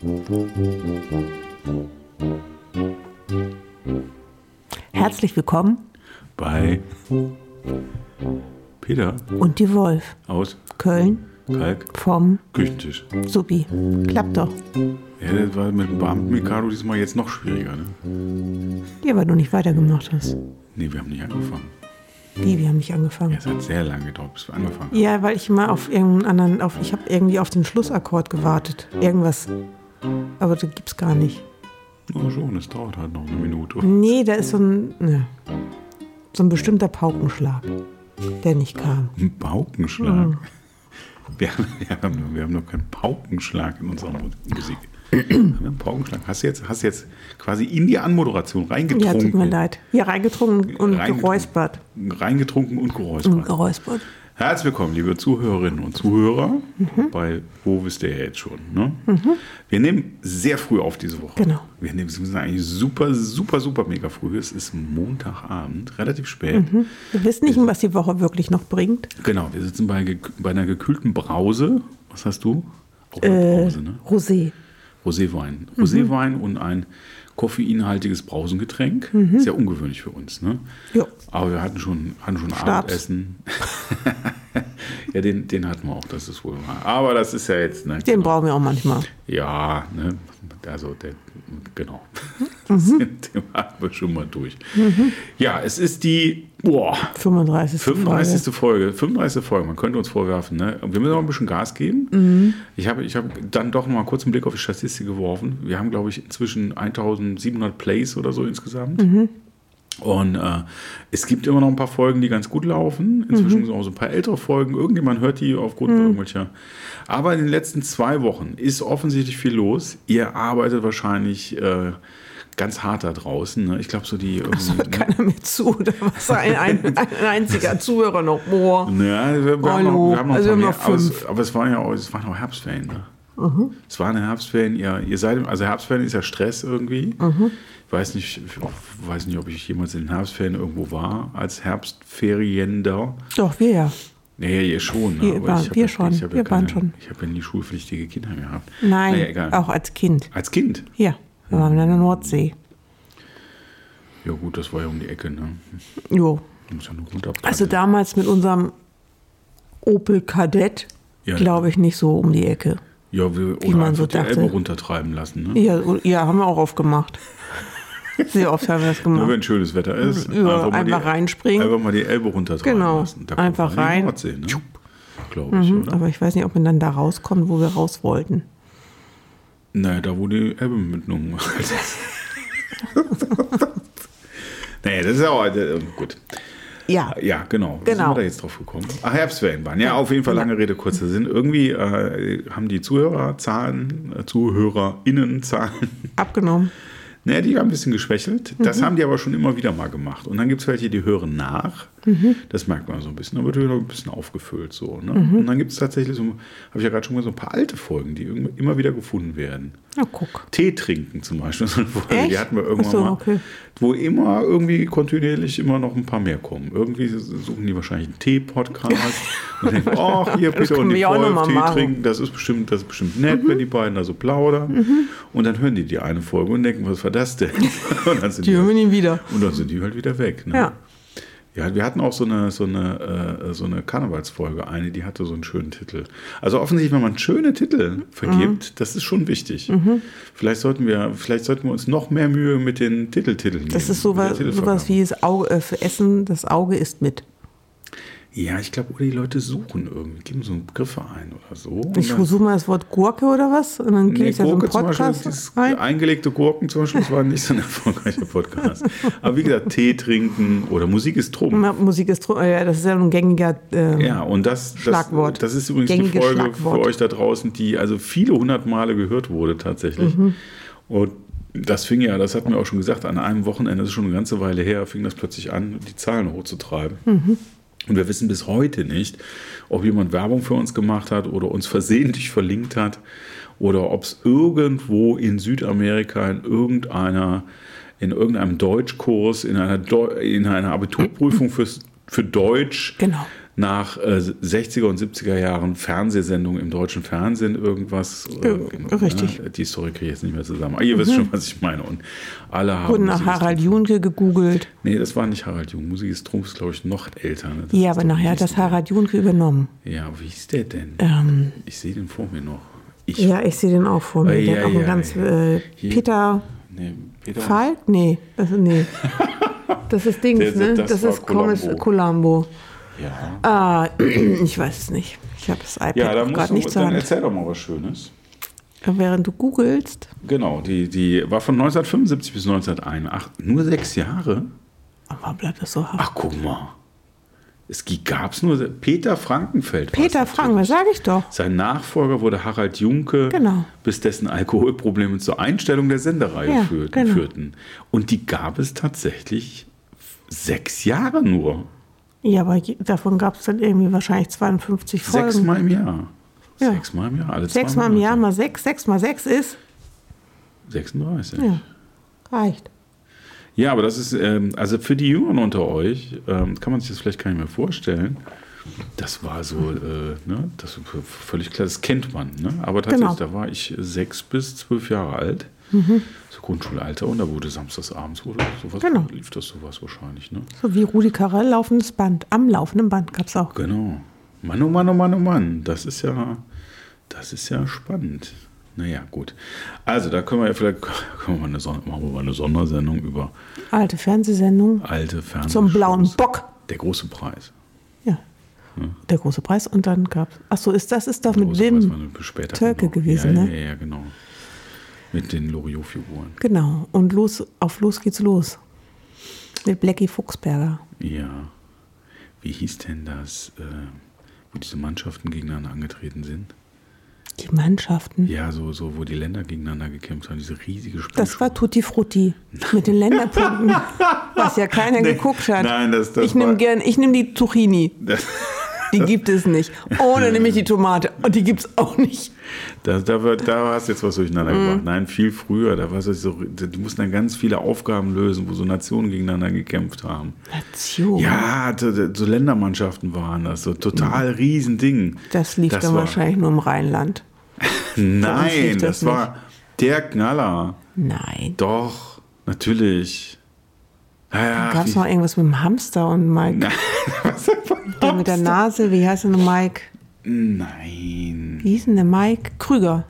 Hm. Herzlich willkommen bei Peter und die Wolf. aus Köln Kalk vom Küchentisch. Subi. Klappt doch. Ja, das war mit dem Beamten-Mikado diesmal jetzt noch schwieriger. Ne? Ja, weil du nicht weitergemacht hast. Nee, wir haben nicht angefangen. Wie, wir haben nicht angefangen. Ja, es hat sehr lange gedauert, bis wir angefangen haben. Ja, weil ich mal auf irgendeinen anderen, auf, ich habe irgendwie auf den Schlussakkord gewartet. Irgendwas. Aber das gibt's gar nicht. Oh schon, es dauert halt noch eine Minute. Nee, da ist so ein, ne, so ein bestimmter Paukenschlag, der nicht kam. Ein Paukenschlag. Wir, haben, wir, haben, wir haben noch keinen Paukenschlag in unserer Mu- Musik. haben wir einen Paukenschlag? Hast du jetzt, hast du jetzt quasi in die Anmoderation Ja, tut mir reingetrunken? leid. Hier reingetrunken und Reingetrunken. geräuspert. reingetrunken und geräuspert. Und geräuspert. Herzlich willkommen, liebe Zuhörerinnen und Zuhörer. Mhm. Bei Wo wisst ihr ja jetzt schon? Ne? Wir nehmen sehr früh auf diese Woche. Genau. Wir nehmen wir sind eigentlich super, super, super mega früh. Es ist Montagabend, relativ spät. Wir wissen nicht, was die Woche wirklich noch bringt. Genau, wir sitzen bei, gekü- bei einer gekühlten Brause. Was hast du? Auch Äh, eine Brause, ne? Rosé. Roséwein. Roséwein und ein koffeinhaltiges Brausengetränk. Ist ja ungewöhnlich für uns, ne? Ja. Aber wir hatten schon, hatten schon Schnaps. Abendessen. ja, den, den hatten wir auch, das ist wohl wahr. Aber das ist ja jetzt, ne? Den brauchen wir auch manchmal. Ja, ne? Also, der, genau. Das Thema hatten wir schon mal durch. Ja, es ist die boah, 35. 35. Folge. 35. Folge, man könnte uns vorwerfen, ne? Wir müssen auch ein bisschen Gas geben. Ich habe ich habe dann doch noch mal kurz einen Blick auf die Statistik geworfen. Wir haben, glaube ich, inzwischen 1700 Plays oder so insgesamt. Und äh, es gibt immer noch ein paar Folgen, die ganz gut laufen. Inzwischen sind auch so ein paar ältere Folgen. Irgendjemand hört die aufgrund irgendwelcher. Aber in den letzten zwei Wochen ist offensichtlich viel los. Ihr arbeitet wahrscheinlich äh, ganz hart da draußen. Ne? Ich glaube, so die. irgendwie, ne? Keiner mehr zu. Da war so ein, ein, ein einziger Zuhörer noch. Boah. Ja, wir, Ne, wir haben Hallo. noch, wir haben noch Also ein wir paar haben mehr, aber, noch fünf. Mhm. es, aber es waren ja auch, es waren auch Herbstferien, ne? Es waren ja Herbstferien, ihr, ihr seid, im- also Herbstferien ist ja Stress irgendwie. Mhm. Ich weiß nicht, ich weiß nicht, ob ich jemals in den Herbstferien irgendwo war, als Herbstferiender. Doch, wir ja. Naja, ihr schon. ne? Wir Aber waren- ich hab wir ja- schon, Ich hab ja wir waren keine- schon. Ich habe ja nie schulpflichtige Kinder gehabt. Nein, Naja, egal. auch als Kind. Als Kind. Ja, wir waren in der Nordsee. Ja gut, das war ja um die Ecke, ne? Jo. Muss ja nur gut abpassen. Also damals mit unserem Opel Kadett, Ja. glaube ich, nicht so um die Ecke. ja, wir, oder man einfach so die dachte. Elbe runtertreiben lassen, ne? Ja, o- ja, haben wir auch oft gemacht. Sehr oft haben wir das Nur gemacht. wenn schönes Wetter ist. Ja, mal einfach die- reinspringen. Einfach mal die Elbe runtertragen Genau, lassen. kommt einfach man in die rein. Mhm. Nordsee, ne? Glaube ich, oder? Aber ich weiß nicht, ob wir dann da rauskommen, wo wir raus wollten. Naja, da wo die Elbe mitgenommen wird. Naja, das ist ja auch äh, gut. Ja, Ja, genau. Wie Genau. Sind wir da jetzt drauf gekommen? Ach, Herbstferien waren. Ja, auf jeden Fall lange Rede, kurzer Sinn. Irgendwie äh, haben die Zuhörerzahlen, äh, ZuhörerInnenzahlen abgenommen. Naja, die haben ein bisschen geschwächelt. Das haben die aber schon immer wieder mal gemacht. Und dann gibt es welche, die hören nach. Das merkt man so ein bisschen. Da wird wieder ein bisschen aufgefüllt. so. Ne? Und dann gibt es tatsächlich, so, habe ich ja gerade schon gesagt, so ein paar alte Folgen, die irgend- immer wieder gefunden werden. Na, guck. Tee trinken zum Beispiel. So eine Folge, Echt? Die hatten wir irgendwann Ach so, mal. okay. Wo immer irgendwie kontinuierlich immer noch ein paar mehr kommen. Irgendwie suchen die wahrscheinlich einen Tee-Podcast und denken, oh, hier Das Peter und können die wir auch noch Wolf mal Tee machen. Mhm. trinken. Das ist bestimmt, das ist bestimmt nett, wenn die beiden da so plaudern. Und dann hören die die eine Folge und denken, was war das denn? und, dann sind Die hören wir die, nie wieder. und dann sind die halt wieder weg. Ne? Ja. Ja, wir hatten auch so eine, so eine, äh, so eine Karnevalsfolge, eine, die hatte so einen schönen Titel. Also offensichtlich, wenn man schöne Titel vergibt, Mhm. das ist schon wichtig. Vielleicht sollten wir, vielleicht sollten wir uns noch mehr Mühe mit den Titeltiteln nehmen. Das ist sowas, mit der sowas wie das Auge, äh, für Essen, das Auge ist mit. Titelvergabe. Ja, ich glaube, oder die Leute suchen irgendwie, geben so Begriffe ein oder so. Und Ich dann- versuche mal das Wort Gurke oder was und dann gebe Nee, ich da so einen Gurke zum Beispiel, Podcast dieses rein. eingelegte Gurken zum Beispiel, das war nicht so ein erfolgreicher Podcast. Aber wie gesagt, Tee trinken oder Musik ist Trumpf. Ma- Musik ist, tro- äh, ja, das ist ja ein gängiger, äh, Ja, und das, das, Schlagwort. das ist übrigens die Gängiges Folge Schlagwort. für euch da draußen, die also viele hundert Male gehört wurde tatsächlich. Mhm. Und das fing ja, das hatten Hm. wir auch schon gesagt, an einem Wochenende, das ist schon eine ganze Weile her, fing das plötzlich an, die Zahlen hochzutreiben. Und wir wissen bis heute nicht, ob jemand Werbung für uns gemacht hat oder uns versehentlich verlinkt hat oder ob es irgendwo in Südamerika in irgendeiner in irgendeinem Deutschkurs, in einer, Deu in einer Abiturprüfung fürs, für Deutsch Genau. nach äh, 60er und 70er Jahren Fernsehsendung im deutschen Fernsehen irgendwas. Ja, richtig. Ne? Die Story kriege ich jetzt nicht mehr zusammen. Aber ihr wisst schon, was ich meine. Und alle haben. Wurden nach dieses- Harald Junke gegoogelt. Nee, das war nicht Harald Jung. Musik ist Trumpf, glaube ich, noch älter. Ne? Das Ja, aber ist doch- wie nachher hat hieß das Harald Junke übernommen. der? Ja, aber wie hieß der denn? Ähm, Ich sehe den vor mir noch. Ich, ja, ich sehe den auch vor mir. Ei, der ei, hat auch ein ei. ganz äh, Hier. Peter Nee, ne, Peter Falk? Nee, das, nee. das ist Dings, Der- ne? das Das, war ist Comics Columbo. Columbo. Ja, Ah, ich weiß es nicht. Ich habe das iPad ja da musst gerade du, nicht zur dann Hand. erzähl doch mal was Schönes. Während du googelst, Genau, die, die war von 1975 bis 1981. Nur sechs Jahre? aber bleibt das so hart. Ach, guck mal. Es gab es nur. se- Peter Frankenfeld. war's Peter natürlich. Frank, was sage ich doch? Sein Nachfolger wurde Harald Junke, Genau. bis dessen Alkoholprobleme zur Einstellung der Sendereihe Ja, führten, genau. führten. Und die gab es tatsächlich sechs Jahre nur. Ja, aber je- davon gab es dann irgendwie wahrscheinlich 52 Folgen. Sechsmal im Jahr. Ja. Sechsmal im Jahr. Alle zwei Sechsmal im Monate. Jahr mal sechs. Sechs mal sechs ist. 36. Ja, reicht. Ja, aber das ist, ähm, also für die Jüngeren unter euch, ähm, kann man sich das vielleicht gar nicht mehr vorstellen. Das war so, äh, ne, das ist v- völlig klar, das kennt man. Ne? Aber tatsächlich, Genau. Mhm. da war ich sechs bis zwölf Jahre alt, so Grundschulalter, und da wurde samstags abends wurde sowas, Genau. lief das sowas wahrscheinlich. Ne? So wie Rudi Carell, laufendes Band. Am laufenden Band gab es auch. Genau. Mann, oh Mann, oh Mann, oh Mann, das ist ja, das ist ja spannend. Naja, gut. Also, da können wir ja vielleicht, können wir mal eine, Son machen wir mal eine Sondersendung über Alte Fernsehsendung alte Fernsehen. zum blauen Bock. Der große Preis. Ja. Der große Preis und dann gab es. Achso, ist das ist doch Der mit große Preis war Wim. eine später Türke genau. gewesen, ja, ne? Ja, ja, genau. Mit den Loriot-Figuren. Genau. Und los, auf los geht's los. Mit Blackie Fuchsberger. Ja. Wie hieß denn das, äh, wo diese Mannschaften gegeneinander angetreten sind? Die Mannschaften. Ja, so, so wo die Länder gegeneinander gekämpft haben, diese riesige Spielschule. Das war Tutti Frutti mit den Länderpunkten, was ja keiner Nee, geguckt hat. nein, das- das ich nehme war- gern, ich nehme die Zucchini. Die gibt es nicht. Ohne nehme ich die Tomate. Und die gibt es auch nicht. Da, da, wird- da hast du jetzt was durcheinander gebracht. Nein, viel früher. Da war es so, die mussten dann ganz viele Aufgaben lösen, wo so Nationen gegeneinander gekämpft haben. Nation. Ja, so- so Ländermannschaften waren das. So total riesen Ding. Das lief dann war- wahrscheinlich nur im Rheinland. Nein, lief das, das war der Knaller. Nein. Doch, natürlich. Naja, Gab es noch irgendwas mit dem Hamster und Mike? Der mit der Nase, wie heißt denn der Mike? Nein. Wie hieß denn der Mike? Krüger.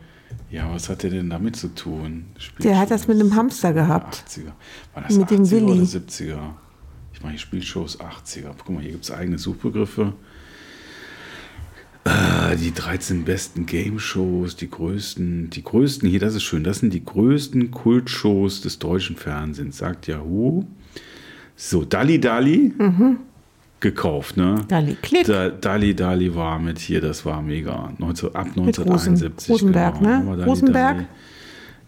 Ja, was hat der denn damit zu tun? Der hat das mit einem Hamster gehabt. 80er. War das Mit 80er dem Willi. oder 70er? Ich meine, Spielshows 80er. Guck mal, hier gibt es eigene Suchbegriffe. Äh, Die 13 besten Game-Shows, die größten, die größten, hier, das ist schön, das sind die größten Kultshows des deutschen Fernsehens, sagt Yahoo. So, Dali Dali, Mhm. gekauft, ne? Dalli Klick. Da, Dali Dali war mit hier, das war mega. 19, ab Mit Rosen- 1971. Rosenberg, genau, ne? haben wir Dalli Rosenberg? Dalli.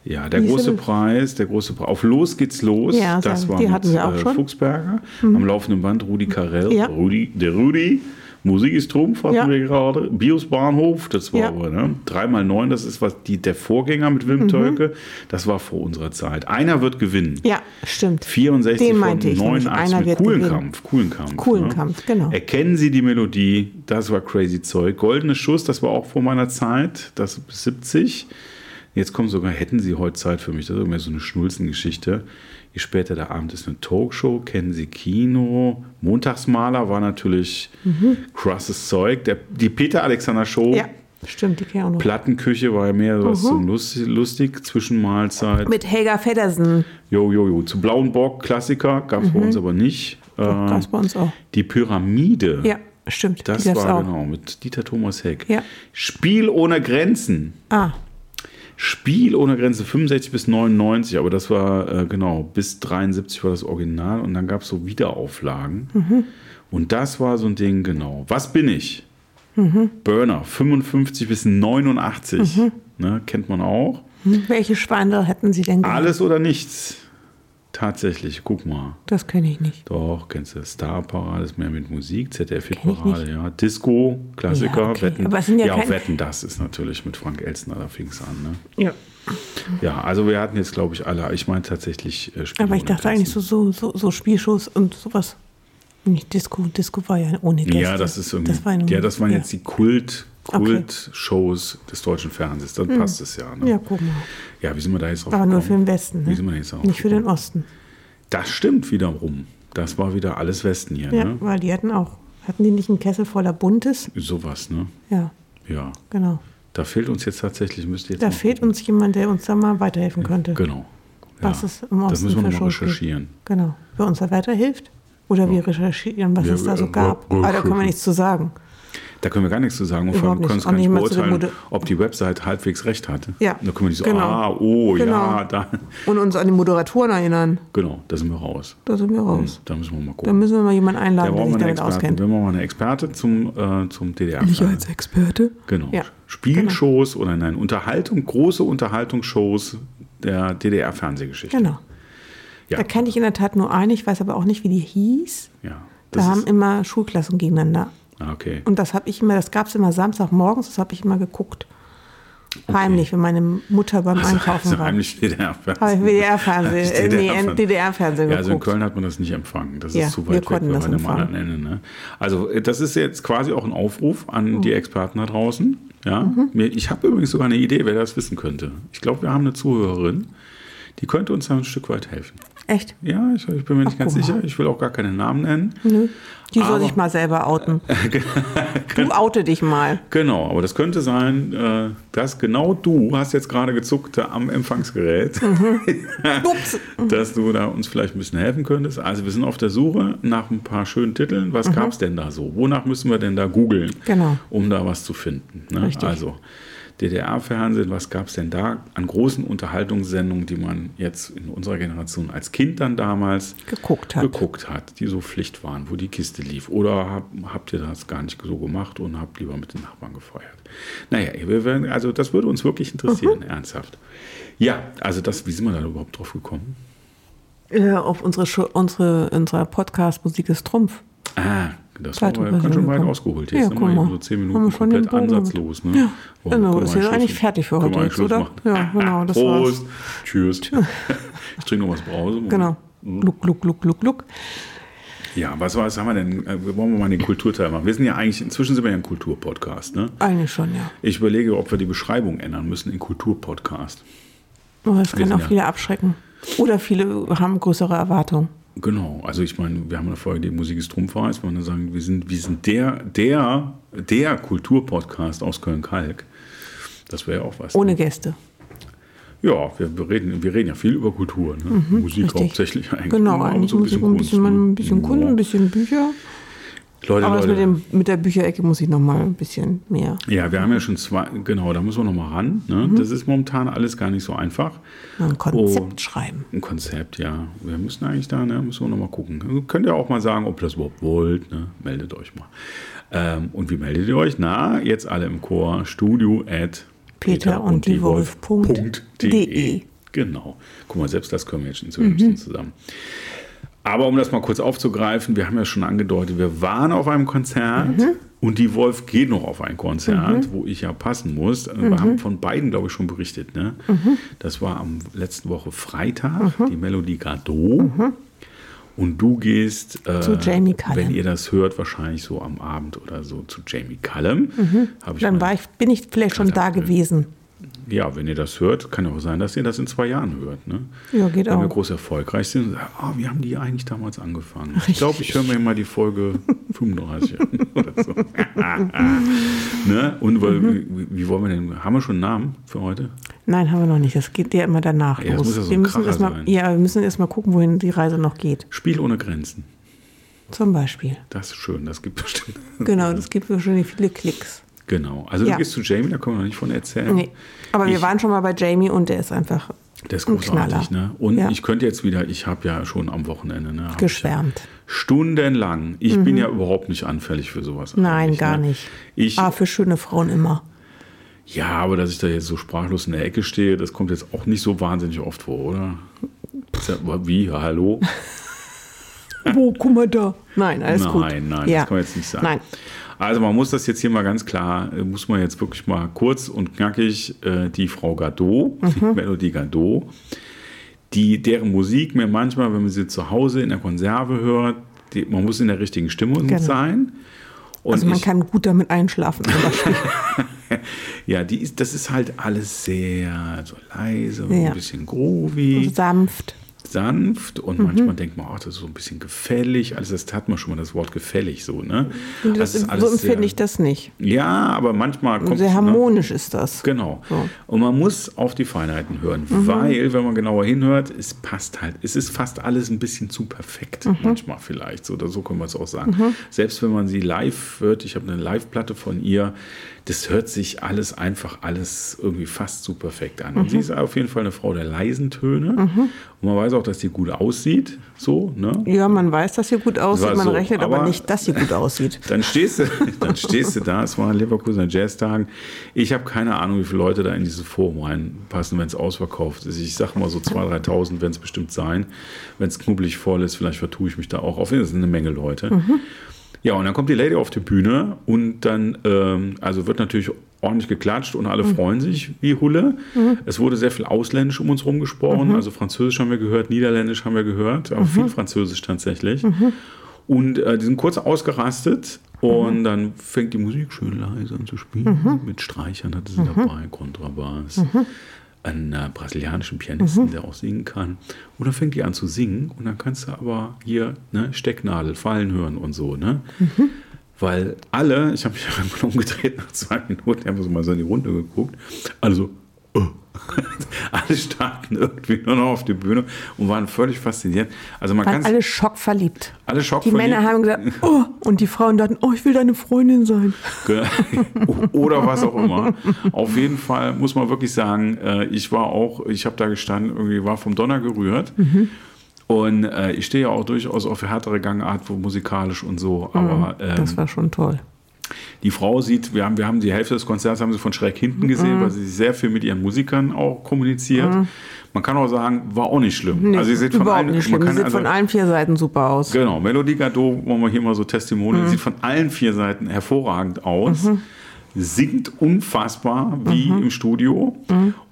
Ja, der Wie hieß große er? Preis, der große Preis. Auf Los geht's los. Ja, das sagen- war die mit, hatten wir auch äh, schon. Mhm. Fuchsberger. Am laufenden Band Rudi Carell. Ja. Rudi, der Rudi. Musik ist Trumpf, hatten Ja. wir gerade. Bios Bahnhof, das war Ja. Mhm. aber, ne? 3x9, das ist was die, der Vorgänger mit Wim Tölke. Das war vor unserer Zeit. Einer wird gewinnen. Ja, stimmt. 64 Den von meinte ich nämlich. 89 Einer mit wird coolen gewinnen. Kampf, coolen Kampf. Coolen Kampf, genau. Erkennen Sie die Melodie, das war crazy Zeug. Goldene Schuss, das war auch vor meiner Zeit, das bis 70. Jetzt kommen sogar, hätten Sie heute Zeit für mich, das ist irgendwie so eine Schnulzengeschichte. Je später der Abend ist eine Talkshow, kennen Sie Kino. Montagsmaler war natürlich krasses Zeug. Der, die Peter Alexander Show, Mhm. Ja, Mhm. stimmt, die kenne ich auch noch. Plattenküche war ja mehr was zum lustig, lustig, Zwischenmahlzeit. Mit Helga Feddersen. Jo, jo, jo. Zu Blauen Borg, Klassiker, gab es bei uns aber nicht. Mhm. Doch, Äh, gab's bei uns auch. Die Pyramide. Ja, stimmt. Das die gab's war auch. genau mit Dieter Thomas Heck. Ja. Spiel ohne Grenzen. Ah, Spiel ohne Grenze 65 bis 99, aber das war äh, genau bis 73 war das Original und dann gab es so Wiederauflagen. Mhm. Und das war so ein Ding, genau. Was bin ich? Mhm. Burner 55 bis 89. Ne, kennt man auch. hm, welche Schweine hätten Sie denn gehabt? Alles oder nichts. Tatsächlich, guck mal. Das kenne ich nicht. Doch, kennst du Star-Parade, ist mehr mit Musik, Kenn ich ZDF-Parade, ja. Disco, Klassiker, Ja, okay. Wetten. Aber es sind ja auch kein- Wetten, das ist natürlich mit Frank Elstner, da fing es an. Ne? Ja. Ja, also wir hatten jetzt, glaube ich, alle, ich meine tatsächlich äh, Spiele Aber ich ohne dachte Grenzen. eigentlich so, so, so, so Spielshows und sowas. Nicht Disco. Disco war ja ohne Gäste. Ja, das ist irgendwie. Das war nur- ja, das waren ja. jetzt die Kult. Okay. Hm. Kult-Shows des deutschen Fernsehens, dann passt es ja. Ne? Ja, ja. guck mal. wie sind wir da jetzt drauf Aber nur für gekommen? den Westen. Wie sind wir denn Ne? jetzt drauf Nicht für den gekommen? Osten. Das stimmt wiederum. Das war wieder alles Westen hier, Ja, ne? weil die hatten auch. Hatten die nicht einen Kessel voller Buntes? Sowas, ne? Ja, Ja. genau. Da fehlt uns jetzt tatsächlich, müsste jetzt. Da noch- fehlt uns jemand, der uns da mal weiterhelfen könnte. Genau. Was ja. es im Das Osten müssen wir für nochmal Shows gibt. recherchieren. Genau. Wer uns da weiterhilft. Oder wir recherchieren, was Wir- es da so äh, gab. wir- Aber da können wir nichts zu sagen. Da können wir gar nichts zu sagen und vor allem Überhaupt können nicht. Ah, wir gar Auch nicht nicht mal zu dem beurteilen, Modell- ob die Website halbwegs recht hatte. Ja. Da können wir nicht so, Genau. ah, oh, ja, Genau. da. Und uns an die Moderatoren erinnern. Genau, da sind wir raus. Da sind wir raus. Da müssen wir mal gucken. Da Hm. müssen wir mal jemanden Mhm. Da einladen, der brauchen sich wir einen damit Experten. auskennt. Wenn wir mal eine Experte zum, äh, zum DDR. Experte? genau. Ja. Spielshows oder nein, Unterhaltung, große Unterhaltungsshows der DDR-Fernsehgeschichte. Genau. Ja. Da kenne ich in der Tat nur eine, ich weiß aber auch nicht, wie die hieß. ja. Da Das haben ist, immer Schulklassen gegeneinander. ah, okay. Und das habe ich immer, das gab es immer Samstagmorgens, das habe ich immer geguckt. Heimlich, wenn meine Mutter beim Einkaufen also war. heimlich Habe ich DDR-Fernsehen. WDR-Fernsehen, äh, nee, DDR-Fernsehen. DDR-Fernsehen ja, also in geguckt. Köln hat man das nicht empfangen. Das Ja, ist zu wir weit weg, konnten wenn das man am empfangen. anderen Ende. Ne? Also äh, das ist jetzt quasi auch ein Aufruf Hm. an die Experten da draußen. Ja, Mhm. Mir- ich habe übrigens sogar eine Idee, wer das wissen könnte. Ich glaube, wir haben eine Zuhörerin, die könnte uns da ein Stück weit helfen. Echt? Ja, ich, ich bin mir nicht Ach, ganz guck mal. sicher. Ich will auch gar keine Namen nennen. Die soll Aber- sich mal selber outen. du oute dich mal. Genau, aber das könnte sein, äh, dass genau du hast jetzt gerade gezuckt da am Empfangsgerät, Mhm. Ups. Mhm. dass du da uns vielleicht ein bisschen helfen könntest. Also wir sind auf der Suche nach ein paar schönen Titeln. Was gab's denn da so? Wonach müssen wir denn da googeln, Mhm. Genau. um da was zu finden? Ne? Richtig. Also DDR-Fernsehen, was gab's denn da an großen Unterhaltungssendungen, die man jetzt in unserer Generation als Kind dann damals Geguckt hat. geguckt hat, die so Pflicht waren, wo die Kiste lief. Oder hab, habt ihr das gar nicht so gemacht und habt lieber mit den Nachbarn gefeuert? Naja, wir werden, also das würde uns wirklich interessieren, Mhm. ernsthaft. Ja, also das, wie sind wir da überhaupt drauf gekommen? Äh, auf unsere, Schu- unsere, unsere Podcast-Musik ist Trumpf. Ah, das war Zweite aber ganz schön Version weit gekommen. ausgeholt. Ja, Jetzt sind wir guck eben mal. so zehn Haben Minuten wir schon den komplett Bogen gemacht. ansatzlos. Ne? Ja, genau, das ist jetzt eigentlich fertig für heute jetzt, oder? Ja, genau, das war's. Prost, tschüss. ich trinke noch was Brause. Mm. Genau. Mhm. Gluck, gluck, gluck, gluck, gluck. Ja, was, was haben wir denn? äh, Wollen wir mal den Kulturteil machen? Wir sind ja eigentlich, inzwischen sind wir ja ein Kulturpodcast. Ne? Eigentlich schon, ja. Ich überlege, ob wir die Beschreibung ändern müssen in Kulturpodcast. Aber es kann sind auch ja- viele abschrecken. Oder viele haben größere Erwartungen. Genau, also ich meine, wir haben eine Folge, die Musik ist Trumpf heißt, man dann sagen, wir sind, wir sind der, der, der Kulturpodcast aus Köln-Kalk. Das wäre ja auch was. Ohne ne? Gäste. Ja, wir, wir, reden, wir reden ja viel über Kultur, ne? Musik Mhm, richtig. hauptsächlich eigentlich. Genau, aber eigentlich so Musik und ein bisschen, Kunst, ne? ein bisschen Kunst, Ja. ein bisschen Bücher. Leute, Aber das Leute. mit, dem, mit der Bücherecke muss ich nochmal ein bisschen mehr. ja, wir haben ja schon zwei, genau, da müssen wir nochmal ran. Ne? Mhm. Das ist momentan alles gar nicht so einfach. Ein Konzept Oh. schreiben. Ein Konzept, ja. Wir müssen eigentlich da, ne, müssen wir nochmal gucken. Könnt ihr auch mal sagen, ob ihr das überhaupt wollt, ne? Meldet euch mal. Ähm, und wie meldet ihr euch? Na, jetzt alle im Chor, studio at Peter und die Wolf Punkt E. de. E. Genau. Guck mal, selbst das können wir jetzt inzwischen ein Mhm. bisschen zusammen. Aber um das mal kurz aufzugreifen, wir haben ja schon angedeutet, wir waren auf einem Konzert Mhm. und die Wolf geht noch auf ein Konzert, wo ich ja passen muss. Mhm. Wir haben von beiden, glaube ich, schon berichtet. Ne? Das war am letzten Woche Freitag, Mhm. die Melodie Gardot. Und du gehst, äh, Zu Jamie Cullum. wenn ihr das hört, wahrscheinlich so am Abend oder so zu Jamie Cullum. Hab ich Mhm. Dann mal- war ich, bin ich vielleicht schon da gewesen. ja, wenn ihr das hört, kann ja auch sein, dass ihr das in zwei Jahren hört. Ne? Ja, geht wenn auch. wir groß erfolgreich sind, sagen, ah, wie haben die eigentlich damals angefangen? Ich glaube, ich höre mir mal die Folge 35 an oder so. ne? Und weil, Mhm. wie, wie wollen wir denn, haben wir schon einen Namen für heute? Nein, haben wir noch nicht. Das geht ja immer danach Ja, das los. muss ja so wir ein müssen Kracher erst mal, sein. Ja, wir müssen erstmal gucken, wohin die Reise noch geht. Spiel ohne Grenzen. Zum Beispiel. Das ist schön, das gibt bestimmt. Genau, Mhm. das gibt wahrscheinlich viele Klicks. Genau. Also Ja. du gehst zu Jamie, da können wir noch nicht von erzählen. Nee. Aber wir Ich- waren schon mal bei Jamie und der ist einfach Der ist ein großartig, Knaller. ne? Und Ja. ich könnte jetzt wieder, ich habe ja schon am Wochenende, ne? hab ich ja geschwärmt. Stundenlang. Ich bin ja überhaupt nicht anfällig für sowas. Mhm. Nein, eigentlich, gar ne? nicht. Ich, ah, für schöne Frauen immer. Ja, aber dass ich da jetzt so sprachlos in der Ecke stehe, das kommt jetzt auch nicht so wahnsinnig oft vor, oder? Ist ja- Wie, hallo? Wo, guck mal da. Nein, alles nein, gut. nein, das kann man jetzt nicht sagen. Nein. Also man muss das jetzt hier mal ganz klar, äh, muss man jetzt wirklich mal kurz und knackig äh, die Frau Gadot, die Mhm. Melodie Gadot, die, deren Musik mir manchmal, wenn man sie zu Hause in der Konserve hört, die, man muss in der richtigen Stimmung Genau. sein. Und Also man ich, kann gut damit einschlafen. zum Beispiel. ja, die ist, das ist halt alles sehr so leise, und Ja. ein bisschen groovy. Sanft. sanft und Mhm. manchmal denkt man, ach, das ist so ein bisschen gefällig. Also das hat man schon mal das Wort gefällig so, ne? Und Das Das, ist so alles empfinde sehr- ich das nicht. Ja, aber manchmal kommt Sehr ne? harmonisch ist das. Genau. So. Und man muss auf die Feinheiten hören, weil, wenn man genauer hinhört, es passt halt. Es ist fast alles ein bisschen zu perfekt, manchmal vielleicht. So oder so können wir es auch sagen. Selbst wenn man sie live hört, ich habe eine Live-Platte von ihr, das hört sich alles einfach, alles irgendwie fast zu perfekt an. Und sie ist auf jeden Fall eine Frau der leisen Töne. Und man weiß auch, dass sie gut aussieht. So, ne? Ja, man weiß, dass sie gut aussieht, War man so, rechnet aber, aber- nicht, dass sie gut aussieht. Dann stehst du, dann stehst du da, es war Leverkusener Jazztagen. Ich habe keine Ahnung, wie viele Leute da in dieses Forum reinpassen, wenn es ausverkauft ist. Ich sage mal so 2.000, 3.000 werden es bestimmt sein. Wenn es knubbelig voll ist, vielleicht vertue ich mich da auch. Auf jeden Fall sind eine Menge Leute. Ja, und dann kommt die Lady auf die Bühne und dann, ähm, also wird natürlich ordentlich geklatscht und alle freuen sich wie Hulle. Es wurde sehr viel Ausländisch um uns rumgesprochen, also Französisch haben wir gehört, Niederländisch haben wir gehört, aber viel Französisch tatsächlich. Und äh, die sind kurz ausgerastet und dann fängt die Musik schön leise an zu spielen. Mhm. Mit Streichern hatte sie dabei, Kontrabass, einen äh, brasilianischen Mhm. Pianisten, der auch singen kann. Und dann fängt die an zu singen und dann kannst du aber hier ne, Stecknadel fallen hören und so. Ne? Mhm. Weil alle, ich habe mich einfach umgedreht nach zwei Minuten, haben so mal so in die Runde geguckt. Also, äh. alle standen irgendwie nur noch auf die Bühne und waren völlig fasziniert. Also man Waren kann alle schockverliebt. alle Schock Die Männer haben gesagt, oh, und die Frauen dachten, oh, ich will deine Freundin sein. Ge- oder was auch immer. Auf jeden Fall muss man wirklich sagen, äh, ich war auch, ich habe da gestanden, irgendwie war vom Donner gerührt. Mhm. Und äh, ich stehe ja auch durchaus auf härtere Gangart, wo musikalisch und so. Aber ähm, Mhm, Das war schon toll. die Frau sieht, wir haben, wir haben die Hälfte des Konzerts haben sie von schräg hinten Mhm. gesehen, weil sie sehr viel mit ihren Musikern auch kommuniziert. Man kann auch sagen, war auch nicht schlimm. also ihr seht von überhaupt allen, nicht schlimm. man Die kann sieht also, von allen vier Seiten super aus. Mhm. Genau, Melodie Gadot, wollen wir hier mal so Testimonial, sieht von allen vier Seiten hervorragend aus, singt unfassbar wie Mhm. im Studio.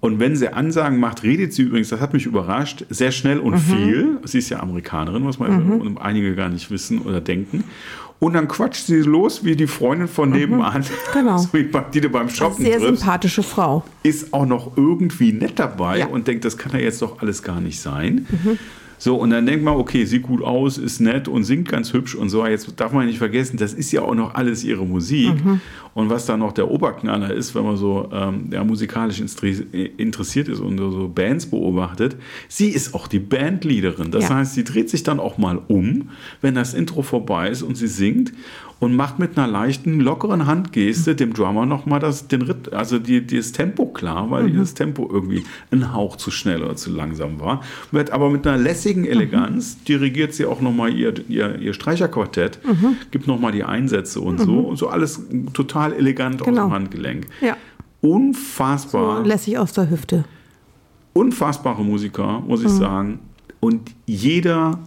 Und wenn sie Ansagen macht, redet sie übrigens, das hat mich überrascht, sehr schnell Mhm. und viel. Sie ist ja Amerikanerin, was man und einige gar nicht wissen oder denken. Und dann quatscht sie los wie die Freundin von nebenan, Mhm. Genau. so wie bei- die du beim Shoppen Sehr triffst sympathische Frau. ist auch noch irgendwie nett dabei Ja. und denkt, das kann ja jetzt doch alles gar nicht sein. So, und dann denkt man, okay, sieht gut aus, ist nett und singt ganz hübsch und so. Jetzt darf man nicht vergessen, das ist ja auch noch alles ihre Musik. Und was da noch der Oberknaller ist, wenn man so ähm, ja, musikalisch instri- äh, interessiert ist und so Bands beobachtet, sie ist auch die Bandleaderin. Das Ja. heißt, sie dreht sich dann auch mal um, wenn das Intro vorbei ist und sie singt und macht mit einer leichten, lockeren Handgeste dem Drummer nochmal das, den Ritt, also die, die das Tempo klar, weil Mhm. ihr das Tempo irgendwie ein Hauch zu schnell oder zu langsam war. Wird aber mit einer Mhm. lässigen Eleganz dirigiert sie auch nochmal ihr, ihr, ihr Streicherquartett, Mhm. gibt nochmal die Einsätze und so. Und so alles total elegant aus Genau. dem Handgelenk. Ja. Unfassbar Lässig aus der Hüfte. unfassbare Musiker, muss ich sagen. Und jeder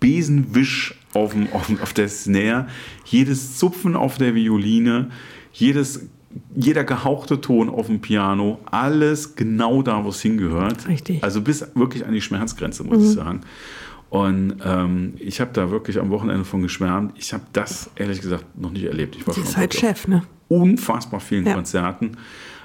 Besenwisch auf, dem, auf, dem- auf der Snare, jedes Zupfen auf der Violine, jedes, jeder gehauchte Ton auf dem Piano, alles genau da, wo es hingehört. Richtig. Also bis wirklich an die Schmerzgrenze, muss ich sagen. Und ähm, ich habe da wirklich am Wochenende von geschwärmt. Ich habe das ehrlich gesagt noch nicht erlebt. Ich war Sie schon ist halt wirklich Chef, ne? unfassbar vielen Ja. Konzerten,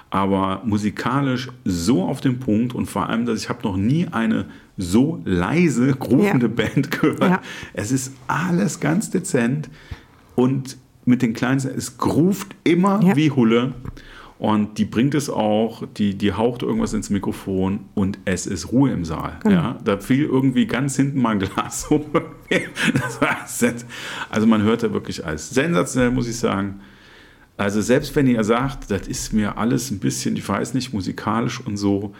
aber musikalisch so auf den Punkt und vor allem, dass ich habe noch nie eine so leise grufende Ja. Band gehört. Ja. Es ist alles ganz dezent und mit den Kleinsten, es gruft immer Ja. wie Hulle. Und die bringt es auch, die, die haucht irgendwas ins Mikrofon und es ist Ruhe im Saal. Genau. Ja, da fiel irgendwie ganz hinten mal ein Glas um. Das war sensationell. also man hört da wirklich alles. Sensationell, muss ich sagen. Also selbst wenn ihr sagt, das ist mir alles ein bisschen, ich weiß nicht, musikalisch und so,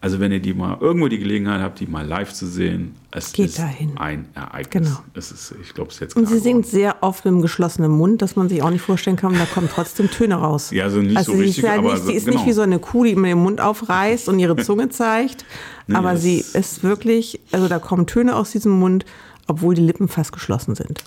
Also wenn ihr die mal irgendwo die Gelegenheit habt, die mal live zu sehen, es Geht ist dahin. ein Ereignis. Genau. Es ist, ich glaube, es ist jetzt Und klar sie singt geworden. sehr oft mit dem geschlossenen Mund, dass man sich auch nicht vorstellen kann, da kommen trotzdem Töne raus. Ja, also nicht also so sie richtig, ist, halt aber nicht, so- sie ist genau. nicht wie so eine Kuh, die mit dem Mund aufreißt und ihre Zunge zeigt. Nee, aber das- sie ist wirklich, also da kommen Töne aus diesem Mund, obwohl die Lippen fast geschlossen sind.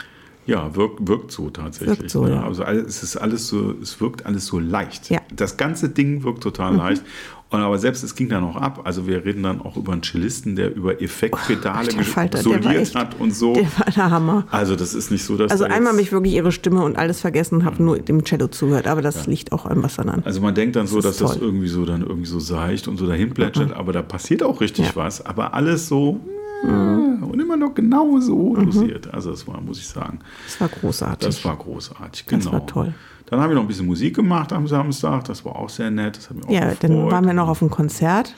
Ja, wirkt, wirkt so tatsächlich. Wirkt so, ne? ja. Also alles, es ist alles so, es wirkt alles so leicht. Ja. Mhm. Das ganze Ding wirkt total leicht. Und aber selbst es ging dann auch ab. Also wir reden dann auch über einen Cellisten, der über Effektpedale Oh, alter Falter, der war soliert echt- hat und so. Der war der Hammer. Also Oh. das ist nicht so, dass Also da jetzt- Mhm. einmal habe ich wirklich ihre Stimme und alles vergessen und habe nur dem Cello zugehört, aber das liegt auch an was an. Also man denkt dann so, Das dass ist das toll. Mhm. irgendwie so dann irgendwie so seicht und so dahin plätschert, aber da passiert auch richtig Ja. Mhm. was. Aber alles so äh, und immer noch genau so dosiert. Also das war, muss ich sagen, Das war großartig. das war großartig. Genau. Das war toll. Dann haben wir noch ein bisschen Musik gemacht am Samstag. Das war auch sehr nett. Das hat mich auch ja, gefreut. dann waren wir noch auf dem Konzert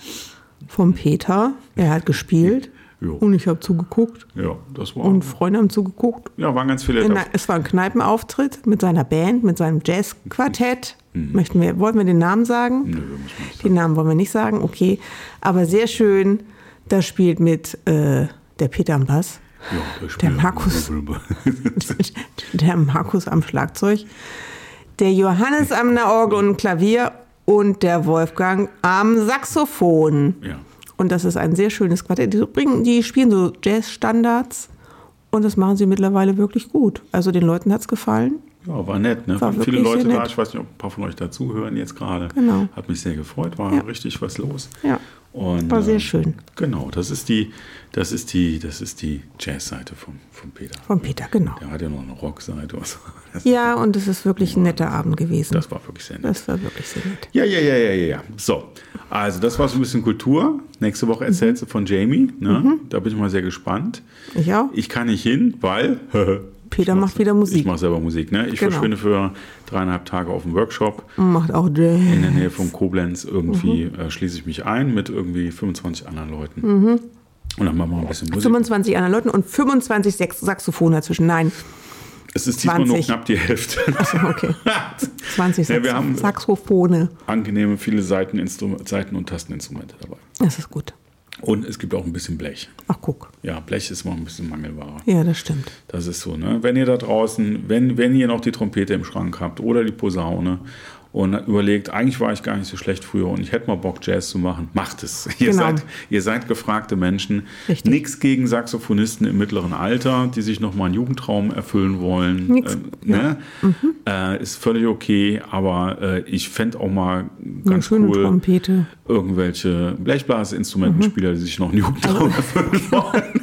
vom Peter. Er hat gespielt Jo. und ich habe zugeguckt ja, das war. und Freunde haben zugeguckt. ja, waren ganz viele. In, einer- es war ein Kneipenauftritt mit seiner Band, mit seinem Jazzquartett. Mhm. Möchten wir, wollen wir den Namen sagen? Nö, muss man nicht. Den Namen wollen wir nicht sagen, okay. Aber sehr schön, da spielt mit äh, der Peter am Bass. Ja, spielt- Markus. der Markus am Schlagzeug, der Johannes am Orgel und Klavier und der Wolfgang am Saxophon. ja. Und das ist ein sehr schönes Quartett. Die, bringen, die spielen so Jazzstandards und das machen sie mittlerweile wirklich gut. Also den Leuten hat es gefallen. Ja, war nett, ne? War Waren viele wirklich Leute sehr da. nett. Ich weiß nicht, ob ein paar von euch dazuhören jetzt gerade. Genau. Hat mich sehr gefreut, war Ja. richtig was los. Ja. Und, War sehr ähm, schön. Genau, das ist die, das ist die, das ist die Jazz-Seite von, von Peter. Von Peter, genau. Der hat ja noch eine Rock-Seite. und so. Das, Ja, und es ist wirklich ein netter Abend gewesen. Das, das war wirklich sehr nett. war wirklich sehr nett. Ja, ja, ja, ja, ja, ja. So, also das war so ein bisschen Kultur. Nächste Woche erzählst Mhm. du von Jamie. Ne? Da bin ich mal sehr gespannt. Ich auch. Ich kann nicht hin, weil Peter Ich macht wieder Musik. Ich mache selber Musik. Ne? Ich Genau. verschwinde für dreieinhalb Tage auf einen Workshop. Macht auch Jazz. in der Nähe von Koblenz irgendwie äh, schließe ich mich ein mit irgendwie 25 anderen Leuten. Und dann machen wir ein bisschen Musik. 25 anderen Leuten und 25 Sex Saxophone dazwischen. Nein, es ist diesmal nur 20. knapp die Hälfte. okay. 20 Ja, wir Saxo- haben- Saxophone. Angenehme, viele Seiten, Seiten und Tasteninstrumente dabei. Das ist gut. Und es gibt auch ein bisschen Blech. Ach, guck. Ja, Blech ist mal ein bisschen Mangelware. Ja, das stimmt. Das ist so, ne? Wenn ihr da draußen, wenn, wenn ihr noch die Trompete im Schrank habt oder die Posaune und überlegt, eigentlich war ich gar nicht so schlecht früher und ich hätte mal Bock, Jazz zu machen, macht es. Ihr, Genau. seid, ihr seid gefragte Menschen. Richtig. Nichts gegen Saxophonisten im mittleren Alter, die sich nochmal einen Jugendtraum erfüllen wollen. Nix. Mhm. Ähm, ne? äh, ist völlig okay, aber äh, ich fände auch mal Eine ganz schöne cool Trompete. irgendwelche Blechblasinstrumentenspieler, die sich noch einen Jugendtraum Also erfüllen wollen.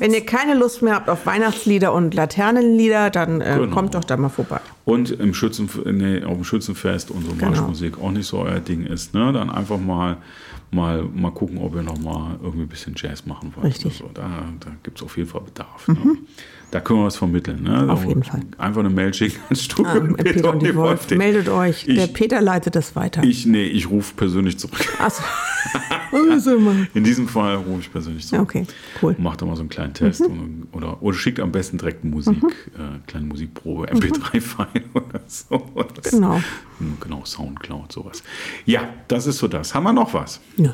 Wenn ihr keine Lust mehr habt auf Weihnachtslieder und Laternenlieder, dann äh, Genau. kommt doch da mal vorbei. Und im Schützen, nee, auf dem Schützenfest und so Genau. Marschmusik auch nicht so euer Ding ist, ne? dann einfach mal, mal, mal gucken, ob ihr noch mal irgendwie ein bisschen Jazz machen wollt. Richtig. Mhm. oder So. Da, da gibt es auf jeden Fall Bedarf. Ne? Da können wir was vermitteln. Ne? Auf Da- jeden Fall. Einfach eine Mail schicken ans Studio. Ähm, Peter und die Wolf, Wolf. meldet euch. Der Ich, Peter leitet das weiter. ich, nee, ich rufe persönlich zurück. Achso. Also, Mann. In diesem Fall rufe ich persönlich zurück. Okay, cool. Mhm. Und macht da mal so einen kleinen Test und, oder, oder schickt am besten direkt einen Musik, äh, kleine Musikprobe, MP3-File oder so. Das- Genau. Hm, Genau, Soundcloud, sowas. Ja, das ist so das. Haben wir noch was? Nö.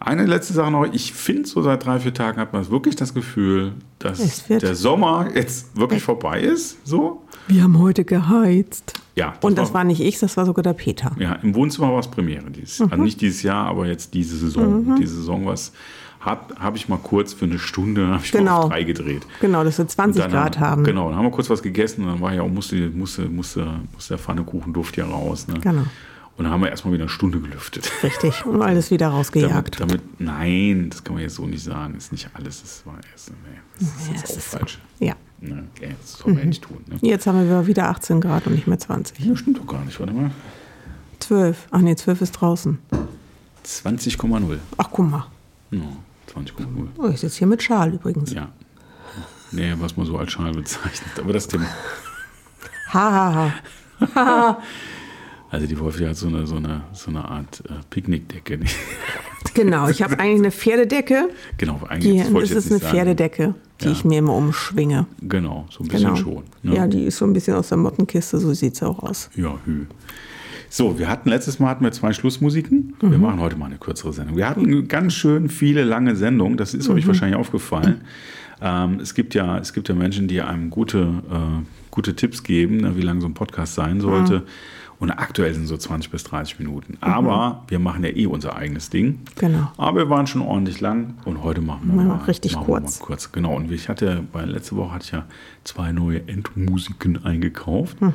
Eine letzte Sache noch. Ich finde, so seit drei, vier Tagen hat man wirklich das Gefühl, dass Es wird- der Sommer jetzt wirklich vorbei ist. So. Wir haben heute geheizt. Ja, das und das war- war nicht ich, das war sogar der Peter. Ja, im Wohnzimmer war es Premiere dieses Jahr. Also Mhm. nicht dieses Jahr, aber jetzt diese Saison. Diese Saison was habe hab ich mal kurz für eine Stunde, habe ich mal auf Genau. drei gedreht. Genau, dass wir 20 Dann Grad haben. Genau, dann haben wir kurz was gegessen und dann war ja auch, musste, musste, musste, musste der Pfannekuchenduft ja raus. Ne? Genau. Und dann haben wir erstmal wieder eine Stunde gelüftet. Richtig. Und alles wieder Damit, rausgejagt. damit, nein, das kann man jetzt so nicht sagen. Ist nicht alles, das war erst, nee, das Ja, ist es jetzt auch ist so. Mhm. falsch. Ja. Ne? Ja, das soll man ja nicht tun. Ne? Jetzt haben wir wieder 18 Grad und nicht mehr 20. Ja, stimmt doch gar nicht, warte mal. 12. Ach nee, 12 ist draußen. 20,0. Ach, guck mal. No, 20,0. Oh, ich sitze hier mit Schal übrigens. Ja. Nee, was man so als Schal bezeichnet. Aber das Thema. Ha, ha, ha. Also die Wolf, die hat so eine, so eine, so eine Art äh, Picknickdecke. nicht? Genau, ich habe eigentlich eine Pferdedecke. genau, eigentlich Die, das wollte das ich ist jetzt eine nicht sagen. Pferdedecke, die Ja. ich mir immer umschwinge. Genau, so ein bisschen Genau. schon. Ne? Ja, die ist so ein bisschen aus der Mottenkiste, so sieht sie auch aus. Ja, hü. So, wir hatten letztes Mal hatten wir zwei Schlussmusiken. Wir machen heute mal eine kürzere Sendung. Wir hatten ganz schön viele lange Sendungen. Das ist euch wahrscheinlich aufgefallen. Ähm, es, gibt ja, es gibt ja Menschen, die einem gute, äh, gute Tipps geben, ne, wie lang so ein Podcast sein sollte. Und aktuell sind so 20 bis 30 Minuten. Aber wir machen ja eh unser eigenes Ding. Genau. Aber wir waren schon ordentlich lang und heute machen wir Machen wir mal richtig machen kurz. Wir mal kurz. Genau. Und ich hatte bei letzte Woche hatte ich ja zwei neue Endmusiken eingekauft. Mhm.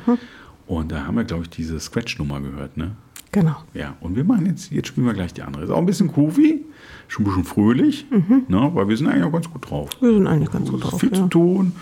Und da haben wir, glaube ich, diese Scratch-Nummer gehört, ne? Genau. Ja, und wir machen jetzt, jetzt spielen wir gleich die andere. Ist auch ein bisschen groovy, schon ein bisschen fröhlich, ne, weil wir sind eigentlich auch ganz gut drauf. Wir sind eigentlich ganz Mhm. gut Es ist drauf. Oh, viel zu Ja. Mhm. tun,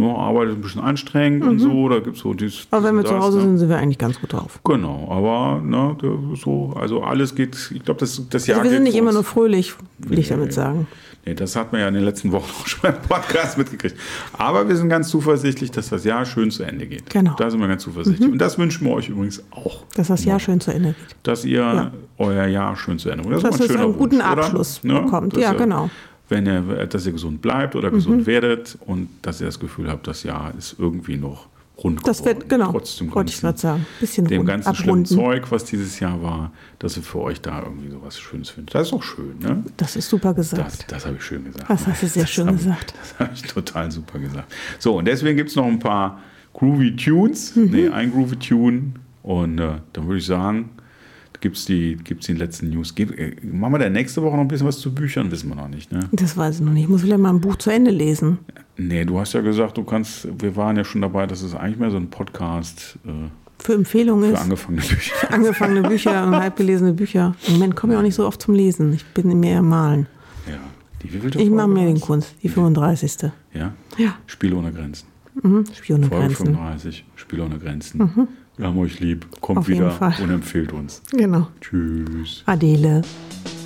ne, Arbeit ist ein bisschen anstrengend und so, da gibt es so dieses. Aber wenn wir dieses zu und Hause das, ne. sind, sind wir eigentlich ganz gut drauf. Genau, aber ne, da- so, also alles geht, ich glaube, das, das Jahr Also wir sind nicht geht vor immer nur uns. fröhlich, will ich Nee, damit nee. sagen. Nee, das hat man ja in den letzten Wochen auch schon beim Podcast mitgekriegt. Aber wir sind ganz zuversichtlich, dass das Jahr schön zu Ende geht. Genau. Da sind wir ganz zuversichtlich. Und das wünschen wir euch übrigens auch. Dass das Jahr schön zu Ende geht. dass ihr euer Jahr schön zu Ende bringt. Dass ist es immer einen guten Wunsch, oder? Abschluss Ne? bekommt. Dass Ja, ihr- genau. Mhm. Wenn ihr, dass ihr gesund bleibt oder gesund werdet und dass ihr das Gefühl habt, das Jahr ist irgendwie noch rund Das geworden. wird, genau, Trotz dem wollte ich ganzen, gerade sagen. Bisschen Oh, dem rund- ganzen abrunden. schlimmen Zeug, was dieses Jahr war, dass ihr für euch da irgendwie so was Schönes findet. Das ist auch schön, ne? Das ist super Das, gesagt. das habe ich schön gesagt. Das hast du sehr schön hab- gesagt. Das habe ich total super gesagt. So, und deswegen gibt es noch ein paar groovy Tunes. Mhm. Nee, ein groovy Tune. Und äh, dann würde ich sagen, gibt es die, gibt's die letzten News. Gib, äh, machen wir da nächste Woche noch ein bisschen was zu Büchern, wissen wir noch nicht. Ne? Das weiß ich noch nicht. Ich muss vielleicht mal ein Buch zu Ende lesen. Nee, du hast ja gesagt, du kannst, wir waren ja schon dabei, dass es eigentlich mehr so ein Podcast äh, Für Empfehlungen für ist. angefangene Bücher Angefangene Bücher und halbgelesene Bücher. Im Moment komme ich auch nicht so oft zum Lesen. Ich bin mir eher malen. ja. Die wievielte Ich mache Folge mir den war's? Kunst, die 35. Ja? Ja, Spiele ohne Grenzen. Spione Folge Grenzen. Mhm. 35, Spiele ohne Grenzen. Wir haben euch lieb, kommt Auf jeden wieder Fall. und empfehlt uns. Genau. Tschüss. Adele. Tschüss.